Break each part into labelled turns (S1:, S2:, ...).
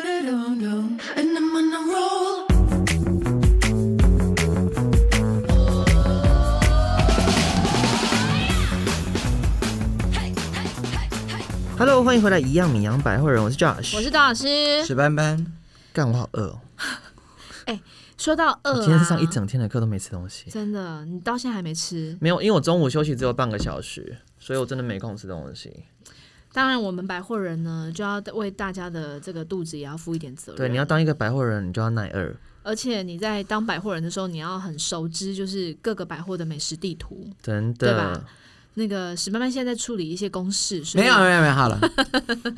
S1: And I'm on a roll.
S2: 哈喽，欢迎回来，一样米阳百货人，我是 Josh，
S3: 我是董老师。
S4: 史斑斑，
S2: 干，我好饿哦、
S3: 说到饿、
S2: 我
S3: 啊，
S2: 今天上一整天的课都没吃东西，
S3: 真的，你到现在还没吃。
S2: 没有，因为我中午休息只有半个小时，所以我真的没空吃东西。
S3: 当然，我们百货人呢，就要为大家的这个肚子也要负一点责任。
S2: 对，你要，当一个百货人，你就要耐饿。
S3: 而且你在当百货人的时候，你要很熟知就是各个百货的美食地图。
S2: 真
S3: 对
S2: 的
S3: 吧，那个史慢慢现在在处理一些公事，所以
S4: 没有没有没 有，好了，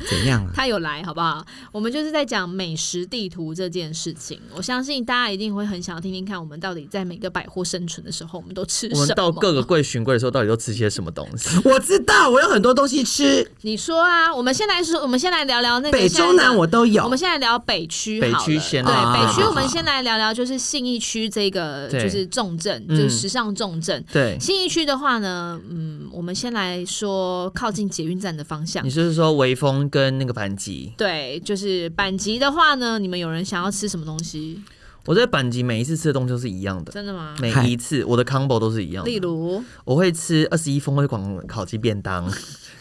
S4: 怎样啊？
S3: 他有来，好不好？我们就是在讲美食地图这件事情。我相信大家一定会很想要听听看，我们到底在每个百货生存的时候，我们都吃什
S2: 我
S3: 么？
S2: 们到各个柜巡柜的时候，到底都吃些什么东 西？
S4: 我知道，我有很多东西吃，
S3: 你说啊，我们先来说，我们先来聊聊那个
S4: 北中南我都
S3: 我
S4: 有
S3: 们。现在聊北区好
S2: 北
S3: 了，
S2: 区先
S3: 对
S4: 啊
S3: 北区，
S4: 好
S3: 我们先来聊聊就是信义区这个
S2: 对
S3: 就是重镇，就
S2: 嗯
S3: 是时尚重镇。
S2: 对，
S3: 信义区的话呢，嗯，我们先来说靠近捷运站的方向
S2: 你。是说微风跟那个板级？
S3: 对，就是板级的话呢，你们有人想要吃什么东西？
S2: 我在板级每一次吃的东西都是一样的，
S3: 真的吗？
S2: 每一次我的 combo 都是一样的。
S3: 例如，
S2: 我会吃二十一风味广烤鸡便当，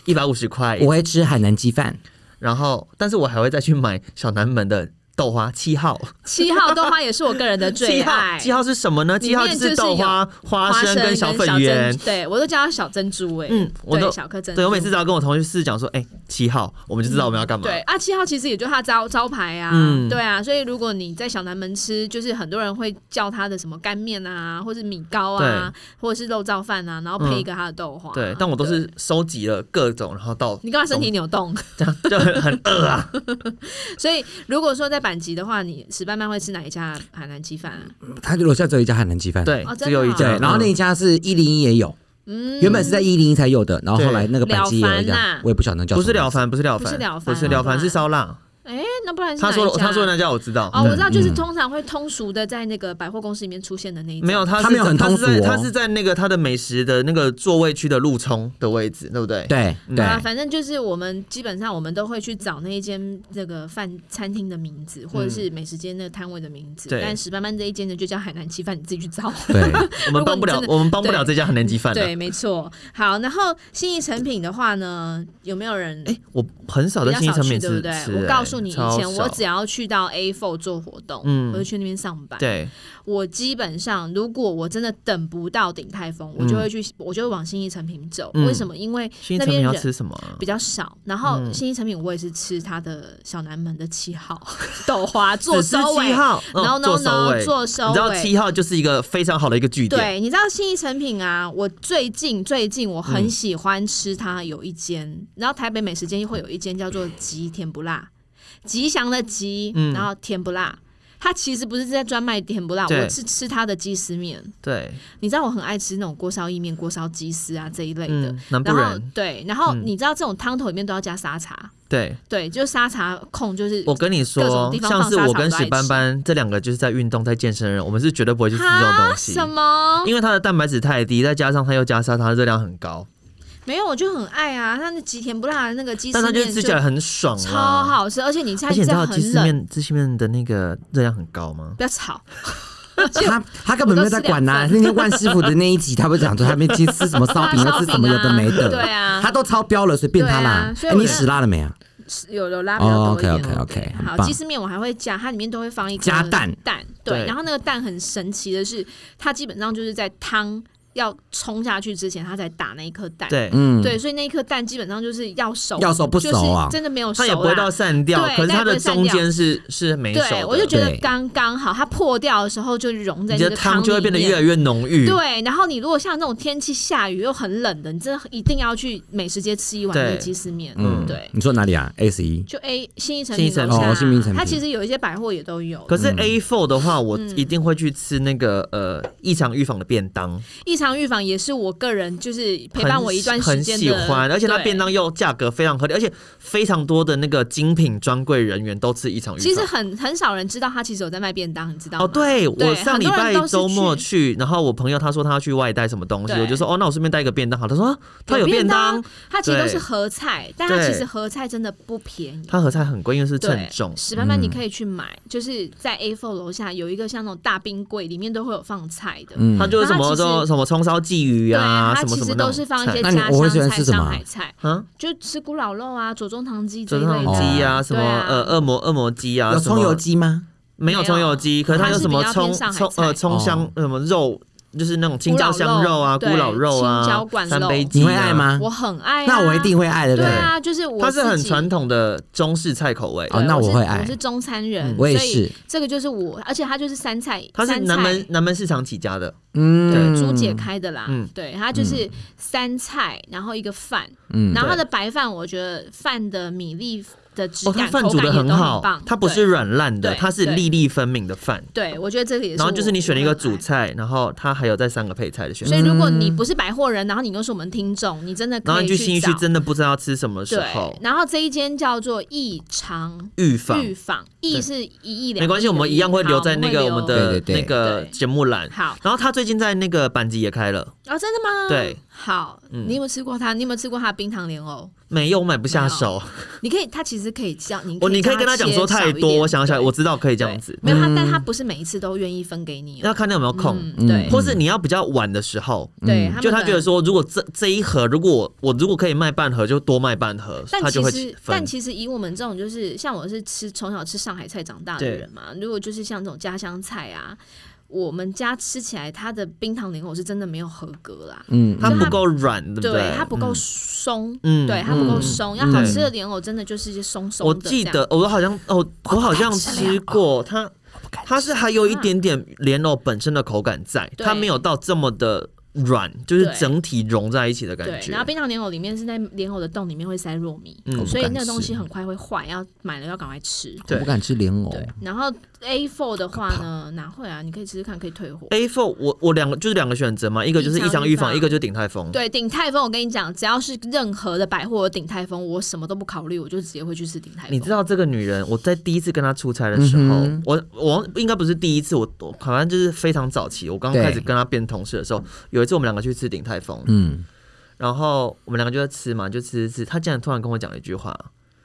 S2: 一百五十块一
S4: 我会吃海南鸡饭，
S2: 然后，但是我还会再去买小南门的豆花七号。
S3: 七号豆花也是我个人的最
S2: 七号
S3: 爱。
S2: 七号是什么呢？
S3: 里
S2: 七
S3: 面
S2: 号是豆花、花
S3: 花
S2: 生跟小粉
S3: 珍
S2: 圆。
S3: 对我都叫它小珍珠哎、
S2: 嗯我
S3: 对
S2: 都
S3: 小颗珍珠。
S2: 对，我每次只要跟我同学室讲说，哎、七号，我们就知道我们要干嘛。
S3: 对，啊，七号其实也就它招招牌啊，
S2: 嗯
S3: 对啊，所以如果你在小南门吃，就是很多人会叫它的什么干面啊，或是米糕啊，或者是肉燥饭啊，然后配一个它的豆花、
S2: 嗯对但我都是收集了各种，然后到
S3: 你干嘛身体扭动？
S2: 这样 就很很饿啊。
S3: 所以如果说在板级的话，你史班班会吃哪一家海南鸡饭、啊？
S4: 他楼下只有一家海南鸡饭。
S2: 对，
S3: 哦真的
S2: 只有一
S3: 哦
S2: 家。嗯
S4: 对，然后那一家是一零一也有，
S3: 嗯，
S4: 原本是在一零一才有的，然后
S2: 对
S4: 后来那个板机也有
S3: 了
S4: 一
S3: 凡啊
S4: 家
S3: 呐，
S4: 我也不晓得那叫
S2: 不是
S4: 什么
S2: 了凡，不是了
S3: 不是了
S2: 凡，
S3: 凡
S2: 不是了
S3: 好吧
S2: 凡，是烧腊。
S3: 哎、那不然是
S2: 他说
S3: 哪一
S2: 的
S3: 家
S2: 他说的那家我知道。
S3: 哦，我知道，
S4: 嗯
S3: 就是
S4: 嗯
S3: 通常会通俗的在那个百货公司里面出现的那一家
S2: 没有，他
S4: 他
S2: 是
S4: 没有很
S2: 他是
S4: 通
S2: 在
S4: 俗哦
S2: 他是在那个他的美食的那个座位区的路冲的位置，对不对？
S4: 对
S2: 嗯
S4: 对
S3: 啊，反正就是我们基本上我们都会去找那一间这个饭餐厅的名字，或者是美食街那个摊位的名字。
S2: 嗯对
S3: 但史斑斑这一间呢，就叫海南鸡饭，你自己去找。
S4: 对，
S2: 我们帮不
S3: 如
S2: 了
S3: 果你真，的
S2: 我们帮不了这家很南鸡饭啊的。
S3: 对，没错。好，然后新义成品的话呢，有没有人？
S2: 哎、我很少
S3: 比
S2: 在
S3: 较
S2: 新
S3: 少
S2: 城
S3: 去，
S2: 美
S3: 对不
S2: 食
S3: 对？
S2: 吃、哎
S3: 我告诉你，以
S2: 超
S3: 前我
S2: 少
S3: 只要去到 A Four 做活动，
S2: 嗯
S3: 我就去那边上班。
S2: 对
S3: 我基本上，如果我真的等不到鼎泰丰，我就会去，我就会往新义成品走。
S2: 嗯
S3: 为什么？因为
S2: 新
S3: 那
S2: 城
S3: 边
S2: 你要
S3: 人
S2: 吃什么啊？
S3: 比较少。然后
S2: 嗯
S3: 新一成品我也是吃它的小南门的七号豆 花做
S2: 只是
S3: 收尾
S2: 七号，嗯
S3: no
S2: 做收
S3: no no
S2: 尾。
S3: 做收
S2: 你知道
S3: 尾。
S2: 七号就是一个非常好的一个据点，
S3: 对，你知道新一成品啊？我最近最近我很喜欢吃它有一间，然后台北美食街会有一间叫做吉甜不辣，吉祥的吉，
S2: 嗯
S3: 然后甜不辣。它其实不是在专卖甜不辣，
S2: 对
S3: 我是吃它的鸡丝面。
S2: 对，
S3: 你知道我很爱吃那种锅烧意面、锅烧鸡丝啊这一类的。
S2: 嗯，南部
S3: 然后
S2: 人，
S3: 对，然后
S2: 嗯
S3: 你知道这种汤头里面都要加沙茶，
S2: 对
S3: 对，就沙茶控就是
S2: 我跟你
S3: 各种
S2: 说
S3: 地，方
S2: 像是
S3: 放沙
S2: 我
S3: 茶
S2: 跟
S3: 都爱
S2: 史斑
S3: 吃
S2: 斑这两个就是在运动、在健身的人，我们是绝对不会去吃这种
S3: 哈
S2: 东西，
S3: 什么？
S2: 因为它的蛋白质太低，再加上它又加砂糖，热量很高，
S3: 没有，我就很爱啊，它那极甜不辣的那个鸡
S2: 但
S3: 丝
S2: 它就
S3: 面
S2: 是吃起来很爽
S3: 超
S2: 啊。
S3: 好吃，而且你
S2: 而
S3: 猜
S2: 且你知
S3: 这
S2: 道鸡
S3: 很
S2: 丝
S3: 冷，
S2: 面、鸡丝面的那个热量很高吗？
S3: 不要吵，
S4: 他他根本没有在管呐、
S3: 我都吃两份
S4: 那天万师傅的那一集，他不是讲说他们去吃什么烧饼，
S3: 啊
S4: 要吃什么有的没的，
S3: 对啊
S4: 他都超标了，随便他啦
S3: 对啊。所以
S4: 哎，
S3: 我
S4: 你
S3: 觉得
S4: 屎拉了没啊？
S3: 有有拉比较多一点。
S4: 哦，OK，OK，OK，很
S3: 好，
S4: 棒
S3: 鸡丝面我还会加，它里面都会放一颗
S4: 加蛋
S3: 蛋对，
S2: 对
S3: 然后那个蛋很神奇的是，它基本上就是在汤要冲下去之前，它才打那一颗蛋。
S2: 对，
S4: 嗯，
S3: 对，所以那一颗蛋基本上就是要熟，
S4: 要熟不熟啊
S3: 就是真的没有熟
S2: 它
S3: 啦，
S2: 也不会到散掉，
S3: 对
S2: 可是它的中
S3: 但也不会散掉
S2: 间是是没熟
S3: 对，
S2: 的，
S3: 我就觉得
S4: 对
S3: 刚刚好，它破掉的时候就融在
S2: 你
S3: 那
S2: 的
S3: 个
S2: 汤就会
S3: 里
S2: 变得
S3: 面
S2: 越来越浓郁。
S3: 对，然后你如果像那种天气下雨又很冷的，你真的一定要去美食街吃一碗那个
S2: 对
S3: 鸡丝面。
S4: 嗯，
S3: 对，
S4: 你说哪里啊？A 十一，
S3: 就 A 新一城
S2: 信义
S3: 品
S2: 诚
S3: 楼下，
S4: 哦信义诚
S3: 它
S4: 品
S3: 其实有一些百货也都有。嗯
S2: 可是 A four 的话，我一定会去吃那个呃异常预防的便当，
S3: 异肠预防也是我个人就是陪伴我一段时
S2: 很
S3: 间
S2: 喜
S3: 的，
S2: 欢，而且它
S3: 对
S2: 便当又价格非常合理，而且非常多的那个精品专柜人员都吃一场。
S3: 其实很很少人知道他其实有在卖便当，你知道吗？
S2: 哦，对我
S3: 对
S2: 上礼
S3: 很多
S2: 拜
S3: 人都是
S2: 周末去，然后我朋友他说他要去外带什么东西，
S3: 对
S2: 我就说哦，那我顺便带一个便当好。他说啊他有便
S3: 便
S2: 当，，
S3: 它其实都
S2: 对
S3: 是合菜，但它其实
S2: 对
S3: 合菜真的不便宜。
S2: 他合菜很贵，因为是嗯
S3: 对
S2: 称，重。
S3: 史斑斑你可以去买，就是在 A4 楼下有一个像那种大冰柜，里面都会有放菜的。
S4: 嗯
S2: 他就是什么
S3: 那它其实
S2: 说什么葱烧鲫鱼啊，
S3: 对，它
S2: 什么
S3: 其
S2: 什
S3: 实
S2: 么那
S3: 都是
S2: 种
S3: 放一
S2: 菜
S3: 些
S4: 那
S3: 家
S4: 你我会喜
S3: 乡
S4: 欢
S3: 菜、
S4: 吃什么
S3: 上
S4: 啊
S3: 海菜，
S2: 啊，
S3: 就吃古老肉啊、左宗棠鸡这
S2: 折
S3: 一
S2: 汤
S3: 类的。
S2: 鸡啊，
S3: 哦
S2: 什么
S3: 对啊
S2: 呃恶魔恶魔鸡啊，
S4: 有
S2: 什么
S4: 葱油鸡吗？
S2: 没有葱油鸡，可是它有什么
S3: 它是比
S2: 葱
S3: 较偏上海
S2: 葱
S3: 菜
S2: 呃葱香
S4: 哦
S2: 什么肉，就是那种青椒香肉啊、
S3: 古
S2: 咕
S3: 老
S2: 老
S3: 肉
S2: 肉
S3: 对青椒
S2: 啊
S3: 灌、肉
S2: 三杯鸡，
S4: 你会爱？吗？
S3: 我很爱、啊，
S4: 那我一定会爱，对不
S3: 对
S4: 对？
S3: 啊，就是我
S2: 它是很
S3: 自己
S2: 传统的中式菜口味，
S4: 哦
S3: 对
S4: 那
S3: 我
S4: 我
S3: 是
S4: 会爱
S3: 我是中餐人，
S2: 嗯
S4: 我也
S3: 所以
S4: 是
S3: 这个就是我，而且它就是三菜，
S2: 它是
S3: 三
S2: 南
S3: 菜
S2: 门南门市场起家的，
S4: 嗯，
S3: 对，朱姐开的啦，
S2: 嗯
S3: 对，它就是三菜，然后一个饭，
S4: 嗯
S3: 然后它
S2: 对
S3: 的白饭，我觉得饭的米粒的质
S2: 哦，它
S3: 感、
S2: 饭
S3: 口
S2: 煮
S3: 感
S2: 的
S3: 也都
S2: 好
S3: 棒，，
S2: 它不是
S3: 对，
S2: 软烂的，
S3: 对
S2: 它是
S3: 对
S2: 粒粒分明的饭。
S3: 对我觉得这个也是
S2: 然
S3: 我，
S2: 后就是你选了一个主
S3: 我很
S2: 菜，然后它还有再三个配菜的选
S3: 爱。所
S2: 择，
S3: 以，如果你不是百货人，然后你又是我们听众，你真的
S2: 嗯然后
S3: 可以
S2: 你去新一区
S3: 找
S2: 真的不知道要吃什么时
S3: 对
S2: 候，。
S3: 然后这一间叫做异常
S2: 预防
S3: 预防，异是一亿两亿的亿，
S2: 没关系，我们一样会留在那个
S3: 好
S2: 我
S3: 我
S2: 们的
S4: 对对对
S2: 那个
S3: 对
S2: 节目栏。
S3: 好
S2: 然后他最近在那个板集也开了，
S3: 啊、真的吗？
S2: 对，嗯
S3: 好，你有没有吃过它？你有没有吃过它的冰糖莲藕？
S2: 没有我买不下手，
S3: 你可以，它其实可以叫你，
S2: 哦我你可以跟
S3: 他
S2: 他讲说太多，我想想，我知道可以这样子，嗯
S3: 没有他，但他不是每一次都愿意分给你哦，
S2: 要看他有没有空，
S3: 嗯，对，
S2: 或是你要比较晚的时候，
S3: 对，们
S2: 嗯就他觉
S3: 可能
S2: 得。说如果这这一盒如果我我如果可以卖半盒就多卖半盒，
S3: 但
S2: 他就
S3: 其
S2: 会
S3: 实，
S2: 分
S3: 但。其实以我们这种就是像我是吃从小吃上海菜长大的
S2: 对
S3: 人嘛，如果就是像这种家乡菜啊，我们家吃起来它的冰糖莲藕是真的没有合格啦，
S4: 嗯，
S2: 它
S3: 就
S2: 不
S3: 它
S2: 够软，对不
S3: 对，它不够
S2: 嗯
S3: 松，
S2: 嗯
S3: 对，它不够
S2: 嗯
S3: 松。要
S2: 嗯
S3: 好
S2: 对
S3: 吃的莲藕真的就是一些松松
S2: 我
S3: 的。
S2: 记
S3: 这
S2: 得
S3: 样，
S2: 我好像哦，我好像
S3: 啊
S2: 吃
S3: 哦
S2: 过它，它是还有一点点莲藕本身的口感在，
S3: 对
S2: 它没有到这么的软，就是
S3: 对
S2: 整体融在一起的感
S3: 对，
S2: 觉
S3: 然后。冰糖莲藕里面是在莲藕的洞里面会塞糯米，
S2: 嗯
S3: 所以那个
S4: 我不敢吃
S3: 东西很快会坏，要买了要赶快吃。
S4: 我不敢吃莲
S2: 哦
S4: 藕，
S3: 对，然后 A4 的话呢，哪会啊？你可以试试看，可以退货。
S2: A four，我我两个就是两个选择嘛，一个就是
S3: 一
S2: 一
S3: 张
S2: 张
S3: 预
S2: 预
S3: 防
S2: 防，一个就是鼎泰丰。
S3: 对鼎泰丰，我跟你讲，只要是任何的百货有鼎泰丰，我什么都不考虑，我就直接会去吃鼎泰丰。
S2: 你知道这个女人，我在第一次跟她出差的时候，
S4: 嗯
S2: 我我应该不是第一次，我我好像就是非常早期，我刚
S4: 对
S2: 开始跟她变同事的时候，有一次我们两个去吃鼎泰丰，
S4: 嗯，
S2: 然后我们两个就在吃嘛，就吃吃吃，她竟然突然跟我讲了一句话，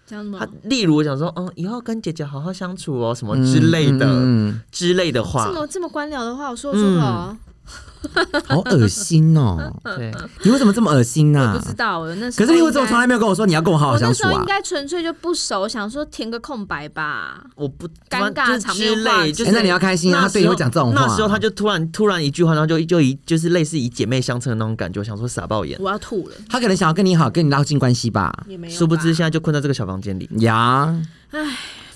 S3: 这样吗
S2: 他？例如想说，嗯，以后跟姐姐好好相处哦，什么之类的、
S4: 嗯，
S2: 之类的
S3: 这
S2: 话，
S3: 么这么官僚的话，我说
S2: 嗯
S3: 出口
S2: 啊
S3: 哦，
S4: 好恶心哦！
S2: 对，
S4: 你为什么这么恶心
S3: 不
S4: 啊？
S3: 知道。我那时
S4: 可
S3: 候
S4: 是你为
S3: 应
S4: 什么
S3: 该
S4: 从来没有跟我说你要跟我好好
S3: 我那
S4: 相
S3: 时
S4: 处
S3: 候应
S4: 啊？
S3: 该纯粹就不熟，想说填个空白吧。
S2: 我不
S3: 尴尬
S2: 就是
S3: 场
S2: 之
S3: 面化
S2: 类，就是、
S4: 哎，那你要开心啊！
S2: 那
S4: 他对你
S2: 时候
S4: 会讲这种话，
S2: 那时候他就突然突然一句话，然后就就以就是类似以姐妹相称的那种感觉，我想说傻爆眼，
S3: 我要吐了，
S4: 他可能想要跟你好，跟你拉近关系吧？
S3: 也没有吧。
S2: 殊不知现在就困在这个小房间里。
S4: 呀，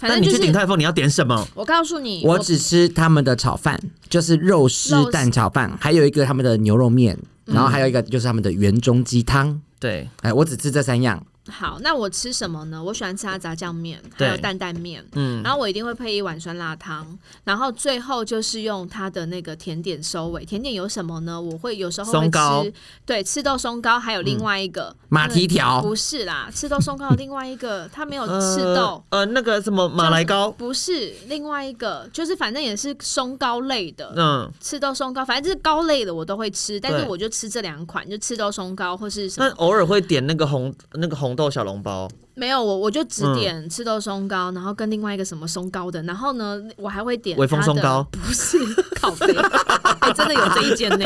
S3: 反
S2: 那
S3: 正
S2: 你
S3: 就
S2: 去鼎
S3: 是
S2: 泰丰，你要点什么？
S3: 我告诉你，
S4: 我只吃他们的炒饭，就是肉丝
S3: 肉丝
S4: 蛋炒饭，还有一个他们的牛肉面，然后还有一个就是他们的园中鸡汤。
S2: 对，
S4: 哎，我只吃这三样。
S3: 好，那我吃什么呢？我喜欢吃它炸酱面，还
S2: 对
S3: 有担担面。
S2: 嗯，
S3: 然后我一定会配一碗酸辣汤，然后最后就是用它的那个甜点收尾。甜点有什么呢？我会有时候会
S2: 松糕嗯
S3: 吃，对，赤豆松糕，还有另外一个、
S4: 马蹄条
S3: 不是啦，赤豆松糕的另外一个它没有赤哦豆，
S2: 呃，呃那个什么马来糕，
S3: 不是另外一个，就是反正也是松糕类的，
S2: 嗯，
S3: 赤豆松糕，反正就是糕类的我都会吃，但是
S2: 对
S3: 我就吃这两款，就赤豆松糕或是什
S2: 那
S3: 么。
S2: 偶尔会点那个红那个红豆小笼包，
S3: 没有我我就
S2: 嗯
S3: 只点赤豆松糕，然后跟另外一个什么松糕的，然后呢我还会点
S2: 微风
S3: 它的
S2: 松糕
S3: 不是烤肥、哎真的有这一间呢，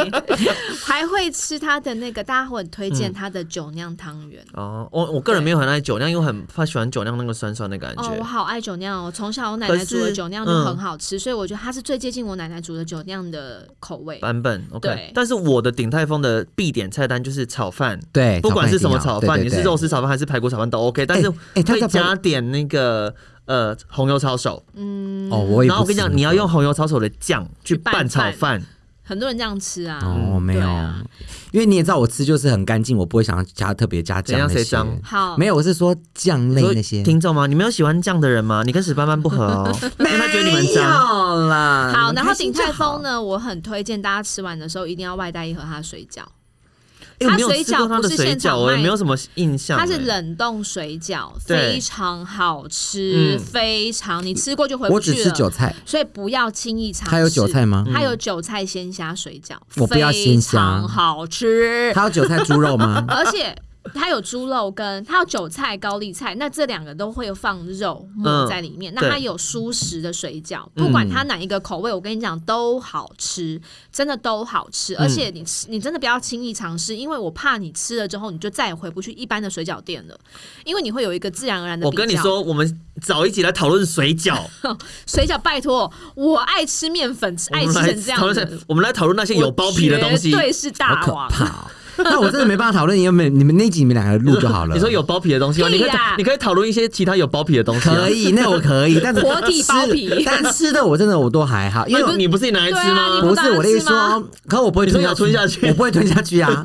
S3: 还会吃它的那个，大家会很推
S2: 嗯
S3: 荐它的酒酿汤圆。
S2: 哦，我我个人没有很爱酒酿，因为我很怕喜欢酒酿那个酸酸的感觉。
S3: 哦，我好爱酒酿哦！从小我奶
S2: 可
S3: 奶煮的
S2: 是
S3: 酒酿就
S2: 嗯
S3: 很好吃，所以我觉得它是最接近我奶奶煮的酒酿的口味。
S2: 版本
S3: 对
S2: OK，但是我的鼎泰丰的必点菜单就是炒饭，
S4: 对，
S3: 哎
S2: 不管是什么炒
S4: 饭
S2: 饭，
S4: 一
S2: 你是
S4: 定要，对对对
S2: 肉丝炒饭还是排骨炒饭都 OK，但是
S4: 哎哎他
S2: 会
S4: 在
S2: 加点那个呃红油抄手，
S4: 哦，我也
S2: 然后我
S4: 不
S2: 跟你
S4: 吃
S2: 讲，你要用红油抄手的酱去拌炒饭，
S3: 很多人这样吃啊。
S4: 哦，
S2: 嗯
S4: 没有
S3: 对啊，
S4: 因为你也知道我吃就是很干净，我不会想要加特别加
S2: 怎
S4: 酱
S2: 样啊
S4: 那
S2: 谁
S4: 些
S2: 脏。
S3: 好，
S4: 没有，我是说酱类
S2: 所以
S4: 那些。
S2: 听众吗？你们有喜欢这样的人吗？你跟史班班不合 哦，因为他觉得你们脏。
S4: 好
S2: 啊
S4: 啦。
S3: 好，
S4: 你
S3: 然后
S4: 开心
S3: 鼎
S4: 就
S3: 泰
S4: 好
S3: 丰？呢，我很推荐大家吃完的时候一定要外带一盒它的水饺，
S2: 哎，我没有
S3: 他水
S2: 吃过
S3: 饺
S2: 他
S3: 不
S2: 的
S3: 是
S2: 水
S3: 现场
S2: 饺，我也
S3: 卖
S2: 没有什么印象哎。
S3: 它是冷冻水饺，
S2: 对
S3: 非常好吃，
S2: 嗯
S3: 非常你吃过就回
S4: 我
S3: 不
S4: 只
S3: 去
S4: 吃
S3: 了。
S4: 韭菜，
S3: 所以不要轻易尝试。
S4: 它有韭菜吗？嗯
S3: 它有韭菜鲜虾水饺，
S4: 我不要鲜虾
S3: 非常好吃，
S4: 它有韭菜猪肉 吗？
S3: 而且。它有猪肉跟它有韭菜、高丽菜，那这两个都会有放肉
S2: 嗯
S3: 末在里面。那
S2: 对
S3: 它有蔬食的水饺，不管它哪一个口味，我跟你讲都好吃，真的都好
S2: 嗯
S3: 吃。而且你吃，你真的不要轻易尝试，因为我怕你吃了之后你就再也回不去一般的水饺店了，因为你会有一个自然而然的
S2: 我
S3: 比较。
S2: 跟你说，我们早一集来讨论水饺，
S3: 水饺拜托，我爱吃面粉，
S2: 我
S3: 爱
S2: 们
S3: 吃
S2: 来
S3: 成这
S2: 讨
S3: 样
S2: 论
S3: 的
S2: 水，，我们来讨论那些有包皮的东西。
S3: 对，是大
S4: 好
S3: 王。
S4: 可怕哦！那我真的没办法讨论，因为没你们那集你们两个录就好 了。
S2: 你说有包皮的东西吗？你
S3: 屁
S2: 可以
S3: 啦
S2: 你可以讨论一些其他有包皮的东西啊。
S4: 可以，那我可以，但是
S3: 活体包皮
S4: 吃但吃的我真的我都还好，因
S2: 那你
S4: 为
S2: 不你不是也拿来
S3: 对
S2: 吃
S3: 啊你
S2: 吗？
S4: 不是我的意思
S3: 你不打算
S4: 说，可我不会
S2: 你说
S4: 吞下
S2: 有吞下去
S4: 我不会吞下去 啊。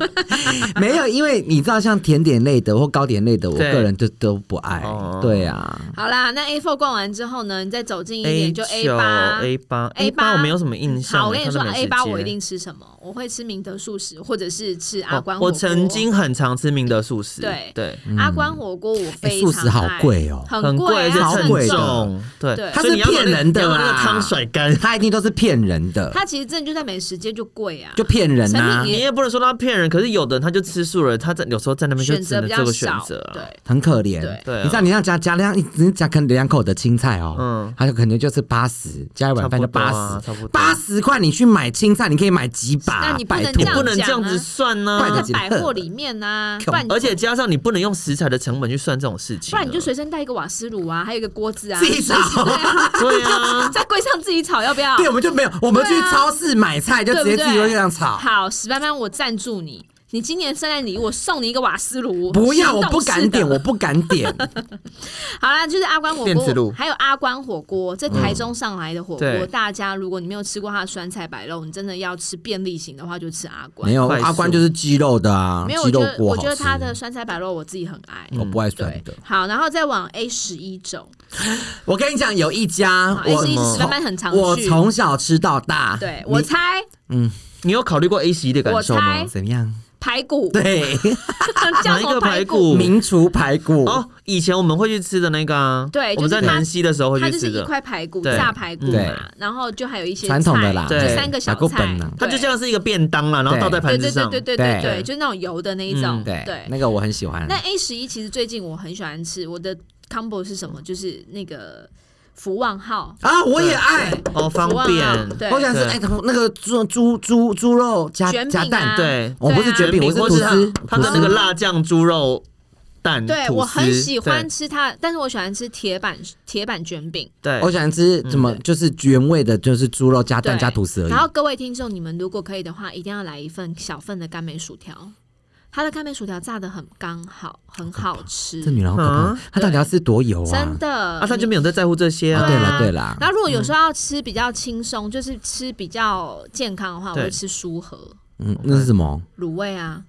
S4: 没有，因为你知道，像甜点类的或糕点类的，我
S2: 对
S4: 个人就都不爱
S2: 哦。
S4: 对啊，
S3: 好啦，那 A four 逛完之后呢，你再走近一点
S2: A
S3: 就 A
S2: 哎九
S3: 八
S2: A 八
S3: A 八
S2: 我没有什么印象。
S3: 好，我跟你说
S2: 看到美食
S3: ，A 八
S2: 街
S3: 我一定吃什么？我会吃明德素食，或者是吃阿
S2: 哦
S3: 关火锅。
S2: 我曾经很常吃明德素食，
S3: 对
S2: 对，
S3: 阿关火锅我非
S4: 哎
S3: 常
S4: 素食好
S3: 爱
S4: 贵哦
S3: 很
S2: 很
S3: 贵，啊
S2: 贵，而且
S3: 它
S4: 好
S3: 很
S4: 贵
S2: 称
S4: 的哦
S3: 重。
S2: 重，对，
S3: 对
S4: 它
S2: 所以
S4: 是
S2: 你要把那
S4: 骗人的
S2: 你要把那个
S4: 啦
S2: 汤甩干，
S4: 他一定都是骗人的，
S3: 它其实真的就在美食街就贵啊，
S4: 就骗人呐
S3: 神秘
S2: 你
S3: 也，
S2: 也不能说他骗人，可是有的人他就吃素了，他在有时候在那边就
S3: 选
S2: 只
S3: 择
S2: 能
S3: 比
S2: 这
S3: 较
S2: 个选
S3: 少。
S2: 择啊，
S3: 对，
S4: 很可怜。
S3: 对
S2: 对啊
S4: 你知道你要加加量，你加可能两口的青菜哦，
S2: 嗯
S4: 嗯，它就可能就是八十，加一碗饭就
S2: 差
S4: 八
S2: 不多啊差不
S4: 十
S2: 多，
S4: 八十块你去买青菜，你可以买几把
S3: 那你，不能
S4: 拜
S3: 这
S2: 你
S4: 托
S3: 样
S2: 不能这样
S3: 讲啊
S2: 子算呢、
S4: 怪
S3: 它
S4: 得
S3: 在百货里面 呐，不然你
S2: 而且加上你不能用食材的成本去算这种事情，
S3: 不然你就随身带一个瓦斯炉啊，还有一个锅子啊，，
S4: 自己炒。
S2: 对啊
S3: 在柜上自己炒，要不要？
S4: 对，我们就没有，我们去
S3: 对啊
S4: 超市买菜就直
S3: 对不
S4: 接
S3: 对
S4: 自己会这样炒。
S3: 好，史班班，我赞助你，你今年圣诞礼物我送你一个瓦斯炉。
S4: 不要，
S3: 行
S4: 我
S3: 动
S4: 不敢
S3: 式的
S4: 点，我不敢点。
S3: 好啦，就是阿关火
S2: 电磁炉
S3: 锅，还有阿关火锅，这台中上来的火锅，
S4: 嗯
S2: 对
S3: 大家如果你没有吃过它的酸菜白肉，你真的要吃便利型的话，就吃阿关。
S4: 没有，
S2: 快速
S4: 阿关就是鸡肉的啊，
S3: 没有，
S4: 鸡
S3: 我觉
S4: 肉
S3: 得
S4: 锅
S3: 我
S4: 好
S3: 觉
S4: 吃。
S3: 得它的酸菜白肉我自己很爱。
S4: 我不爱酸
S3: 对
S4: 的。，
S3: 好，然后再往 A 十一走
S4: 我跟你讲，有一家
S3: ，A
S4: 啊我
S3: 十一
S2: 从
S3: 是班班很常去。
S4: 我从小吃到大。
S3: 对我
S4: 你哦
S3: 猜
S2: 你有考虑过 A 十一的感受吗
S3: 我？猜
S4: 怎么样？
S3: 排骨，
S4: 对，
S3: 叫
S2: 哪
S3: 什
S2: 一
S3: 么
S2: 个
S3: 排
S2: 排骨
S4: 名厨排骨。
S2: 哦，以前我们会去吃的那个啊，
S3: 对
S2: 我们在
S3: 就是它
S2: 南溪的时候会
S3: 它
S2: 去
S3: 就是
S2: 吃
S3: 一
S2: 的，
S3: 块排骨，
S2: 对
S3: 炸排骨
S4: 对
S3: 嘛，然后就还有一些
S4: 传统的啦
S3: 菜
S2: 对
S3: 就三个小
S4: 排骨
S3: 菜
S4: 本啊，
S2: 它就像是一个便当啦，然后
S4: 对
S2: 倒在
S3: 对
S2: 盘子
S3: 对
S2: 上，
S3: 对对对对
S4: 对
S3: 对，就是那种油的那一种，
S2: 嗯
S4: 对
S3: 对，。
S4: 那个我很喜欢。
S3: 那 A 十一其实最近我很喜欢吃，我的 combo 是什么？就是那个福旺号，
S4: 啊，我也爱，
S2: 哦，方
S3: 福旺
S2: 便
S3: 号，对，
S4: 我想吃
S2: 对
S4: 哎，那个猪猪猪猪肉加
S3: 卷饼
S4: 加
S3: 啊
S4: 蛋，
S2: 对
S4: 我不是
S3: 对
S4: 卷
S3: 啊
S4: 饼，我是
S2: 或
S4: 吐
S2: 是它
S4: 司，
S2: 它
S4: 吐
S2: 的那
S4: 司
S2: 个辣酱猪肉蛋，
S3: 对
S2: 吐司
S3: 我很喜欢
S2: 对
S3: 吃它，但是我喜欢吃铁板铁板卷饼。
S2: 对，
S4: 我想吃怎么就是原味的，就是猪肉加蛋
S3: 对
S4: 加吐司而已。
S3: 然后各位听众，你们如果可以的话，一定要来一份小份的干梅薯条，它的干梅薯条炸的很刚好，很好吃，
S4: 这女人好可
S2: 嗯
S4: 怕，她到底要吃多油啊？
S3: 真的。
S2: 啊，他
S3: 你
S2: 就没有在在乎这些
S4: 啊，
S2: 啊
S4: 对。
S3: 啊
S4: 啦对嗯啦，
S3: 然后如果有时候要吃比较轻松，就是吃比较健康的话，我
S2: 对
S3: 会吃酥盒
S4: 嗯，那是什么？
S3: 卤味啊。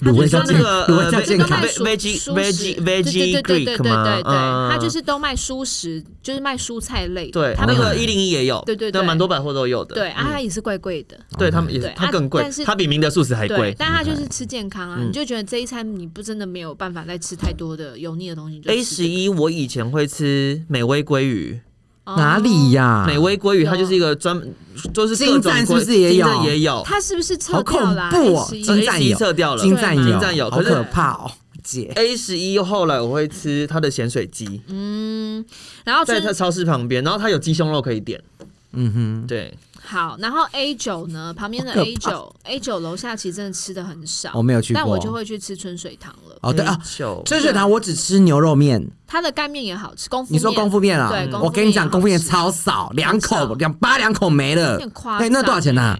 S4: 卤味叫
S3: 它就
S2: 这
S4: 健
S3: 是
S2: 个
S4: 卤味叫
S2: 呃
S4: 健
S3: 都
S4: 康
S3: 卖，
S2: Ve- veggie-
S3: 蔬蔬
S2: veggie-
S3: 食
S2: veggie
S3: 对对
S2: Greek
S3: 对对对对对
S2: 吗
S3: 对，
S2: 嗯
S3: 它就是都卖蔬食，就是卖蔬菜类的。
S2: 对，
S3: 它
S2: 那
S3: 没有
S2: 个一嗯零一也有，
S3: 对对对
S2: 蛮多百货都有的。
S3: 对啊，它也是贵贵的。
S2: 对他们也
S3: 对，
S2: 它
S3: 啊
S2: 更贵
S3: 但，是
S2: 它比明德素食还
S3: 对
S2: 贵，。嗯
S3: 但它就是吃健康啊，你就觉得这一餐你不真的没有办法再吃太多的油腻的东西。你就
S2: A
S3: 吃
S2: 十
S3: 这个
S2: 一我以前会吃美味鲑鱼，
S3: 哦
S4: 哪里呀？
S2: 美味鲑鱼它
S3: 有
S2: 就是一个专门就是各
S4: 金
S2: 种鲑
S4: 赞啊是不是也有
S2: 金赞也有，
S3: 它是不是撤
S4: 好恐
S3: 掉啦
S4: 怖哦
S3: A11
S4: 金赞
S2: A 十一
S4: 有
S2: 撤掉了
S4: 金赞
S3: 对
S4: 有，
S3: 吗
S2: 金赞有
S4: 好
S2: 可是
S4: 可怕哦，姐。
S2: ，A 十一后来我会吃它的咸水鸡，
S3: 嗯，然后
S2: 在
S3: 春
S2: 它超市旁边，然后它有鸡胸肉可以点，
S4: 嗯哼，
S2: 对，
S3: 好，然后 A 九呢，旁边的
S4: 好
S3: A
S4: 可
S3: 九 A 九楼下其实真的吃的很少，
S4: 我没有去
S3: 但我
S4: 过
S3: 就会去吃春水堂了。
S4: 哦
S2: 嗯哎
S4: 对啊，
S2: 就
S4: 春水堂我只吃牛肉面，
S3: 它的干面也好吃，功夫
S4: 你说功夫面啊
S3: 对，
S2: 嗯
S3: 功？夫
S4: 我跟你讲，
S3: 面
S4: 功夫面
S3: 好吃
S4: 超少，两
S3: 很
S4: 口
S3: 少
S4: 两八两口没了
S3: 有点夸，张、哎
S4: 哎，那多少钱呢？？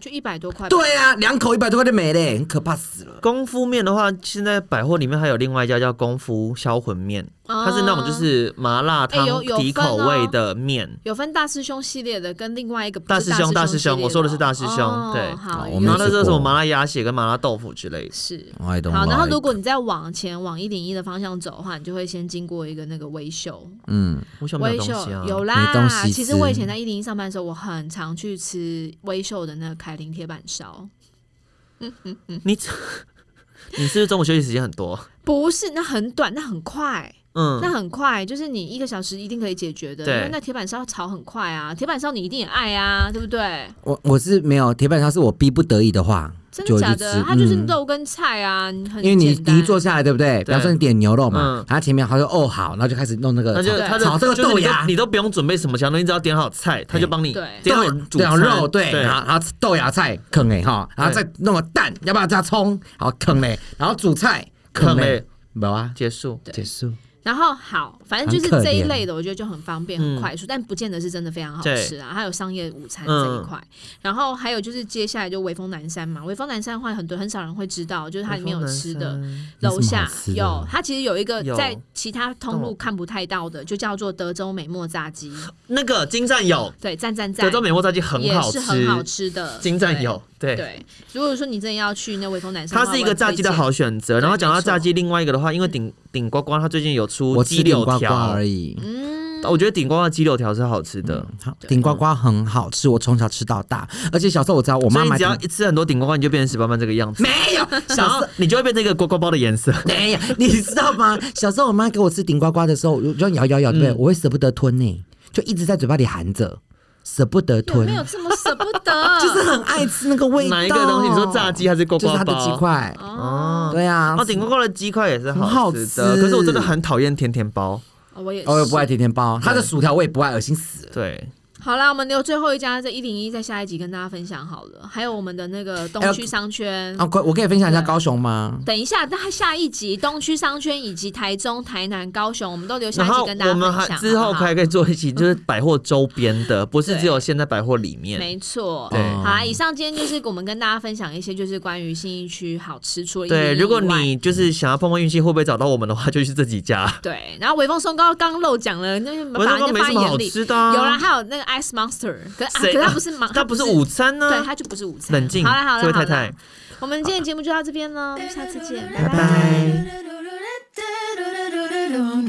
S3: 就一百多块。，
S4: 对啊，两口一百多块就没了，很可怕死了。
S2: 功夫面的话，现在百货里面还有另外一家叫功夫销魂面，
S3: 它
S2: 它是那种就是麻辣
S3: 啊哎
S2: 汤
S3: 有有
S2: 底口
S3: 分哦
S2: 味的面。
S3: 有分大师兄系列的跟另外一个不是
S2: 大师兄
S3: 大
S2: 大师兄
S3: 系列
S2: 我说的是大师兄
S3: 哦
S2: 对
S3: 好，
S4: 我
S3: 有
S4: 没
S2: 然
S4: 有哦
S2: 后那时候
S4: 吃
S2: 什
S4: 过
S2: 么麻辣鸭血跟麻辣豆腐之类的，
S3: 是。
S4: I don't
S3: 好，然后
S4: like
S3: 如果你再往前往一零一的方向走的话，你就会先经过一个那个维修，
S4: 嗯，
S2: 我想没
S3: 微
S2: 有东
S3: 秀
S2: 西啊，
S3: 有
S4: 没东
S3: 啦，
S4: 西
S3: 其实
S4: 吃
S3: 我以前在一零一上班的时候，我很常去吃微秀的那个凯林铁板烧，
S2: 你你是不是中午休息时间很多？
S3: 不是，那很短，那很快，那
S2: 嗯，
S3: 很快，就是你一个小时一定可以解决的，
S2: 对
S3: 因为那铁板烧炒很快啊，铁板烧你一定也爱啊，对不对？
S4: 我我是没有铁板烧，是我逼不得已的话，
S3: 真
S4: 就
S3: 的
S4: 会
S3: 假
S4: 去
S3: 的？
S4: 吃。
S3: 它就是
S4: 嗯
S3: 肉跟菜啊，你很
S4: 因为你
S3: 简单
S4: 你一坐下来，对不对？比方说你点牛肉嘛
S2: 嗯，
S4: 然后前面他说哦好，然后就开始弄那个
S2: 他就
S3: 对
S2: 他的
S4: 炒这个
S2: 就是
S4: 豆
S2: 你都
S4: 芽
S2: 你都不用准备什么，强东西，你只要点好菜，他就帮你
S3: 对
S2: 哎点好主
S4: 点
S2: 餐
S4: 肉，对，
S2: 对
S4: 然后然后豆芽菜啃哎哈，然后
S2: 对
S4: 再弄个蛋，要不要加葱？好啃嘞，然后煮菜
S2: 啃
S4: 啃
S2: 嘞
S4: 嘞，没有啊，
S2: 结束。
S4: 结束。
S3: 然后好，反正就是
S4: 很可
S3: 这一
S4: 怜嗯
S3: 类的，我觉得就很方便、很快速，但不见得是真的非常好吃啊。还有商业午餐这一块，
S4: 嗯
S3: 然后还有就是接下来就微风南山嘛，微风南山的话，很多很少人会知道，就是它里面有吃的
S2: 微风南，
S4: 山
S3: 楼下
S4: 有什么好吃的
S3: 有它其实有一个
S2: 有
S3: 在其他通路
S2: 懂
S3: 看不太到的，就叫做德州美墨炸鸡，
S2: 那个金赞有，
S3: 对，赞赞赞
S2: 德，州美味炸鸡很
S3: 也
S2: 好
S3: 是
S2: 吃，
S3: 很好吃的，
S2: 金赞有，对。
S3: 对。对，如果说你真的要去那微风南山的
S2: 它
S3: 话，
S2: 是一个炸鸡的好选择，然后讲到炸鸡，另外一个的话，因为顶顶呱呱它最近有出
S4: 我吃
S2: 鸡
S4: 顶
S2: 柳
S4: 呱呱
S2: 条哦
S4: 而，已，嗯
S3: 我很推荐，嗯，
S2: 我觉得顶呱呱鸡柳条是好吃的，
S4: 好顶呱呱很好吃，我从小吃到大，而且小时候我知道
S2: 所
S4: 我妈
S2: 以你
S4: 买
S2: 只
S4: 顶
S2: 要一吃很多顶呱呱，你就变成十八般这个样子，
S4: 没有
S2: 然
S4: 小时
S2: 后
S4: 候。
S2: 你就会变成一个呱呱包的颜色。
S4: 没有，你知道吗？小时候我妈给我吃顶呱呱的时候，我就这样咬咬咬，对不对，我会舍不得吞呢，就一直在嘴巴里含着，舍不得
S3: 有
S4: 吞
S3: 没，有这么舍不 得？
S4: 就是很爱吃那个味道。
S2: 哪一个东西？你说炸鸡还是呱
S4: 就
S2: 呱
S4: 是它的
S2: 包？
S4: 鸡块，
S3: 哦，
S4: 对啊，
S2: 哦，顶呱呱的鸡块也是
S4: 很好
S2: 吃的，
S4: 吃
S2: 可是我真的很讨厌甜甜包。
S3: 我也
S4: 哦我也不
S3: 是
S4: 爱甜甜包，它的薯条我也不爱，恶心死了。
S2: 对，
S3: 好啦，我们留最后一家在一零一，在下一集跟大家分享好了。还有我们的那个东区商圈，
S4: 啊，可我可以分享一下
S3: 对
S4: 高雄吗？
S3: 等一下，那下一集东区商圈以及台中、台南、高雄，我们都留下
S2: 然
S3: 一
S2: 后
S3: 集跟大家
S2: 我们
S3: 分
S2: 还
S3: 享。
S2: 之后
S3: 好不好
S2: 还可以做一期，就是百货周边的，不是
S3: 对
S2: 只有现在百货里面。
S3: 没错，
S2: 对
S3: 好啦，以上今天就是我们跟大家分享一些就是关于信义区好吃，除了101
S2: 对，
S3: 以
S2: 如果
S3: 外
S2: 你就是想要碰碰运气，会不会找到我们的话，就去这几家。
S3: 对，然后微风松糕刚漏讲了，那就
S2: 我
S3: 把
S2: 那
S3: 人
S2: 个
S3: 家
S2: 没
S3: 放
S2: 什么
S3: 在
S2: 好
S3: 眼里。
S2: 吃的、啊，
S3: 有啦，，还有那个 Ice Monster，可是、啊、可
S2: 谁
S3: 是它不是芒，
S2: 它不是午餐呢、
S3: 对，它就不是午餐。
S2: 冷静，
S3: 好了好了
S2: 这位太
S3: 好了，
S2: 太，
S3: 我们今天的节目就到这边了，我们下次见，拜
S1: 拜
S2: 拜。
S1: 拜。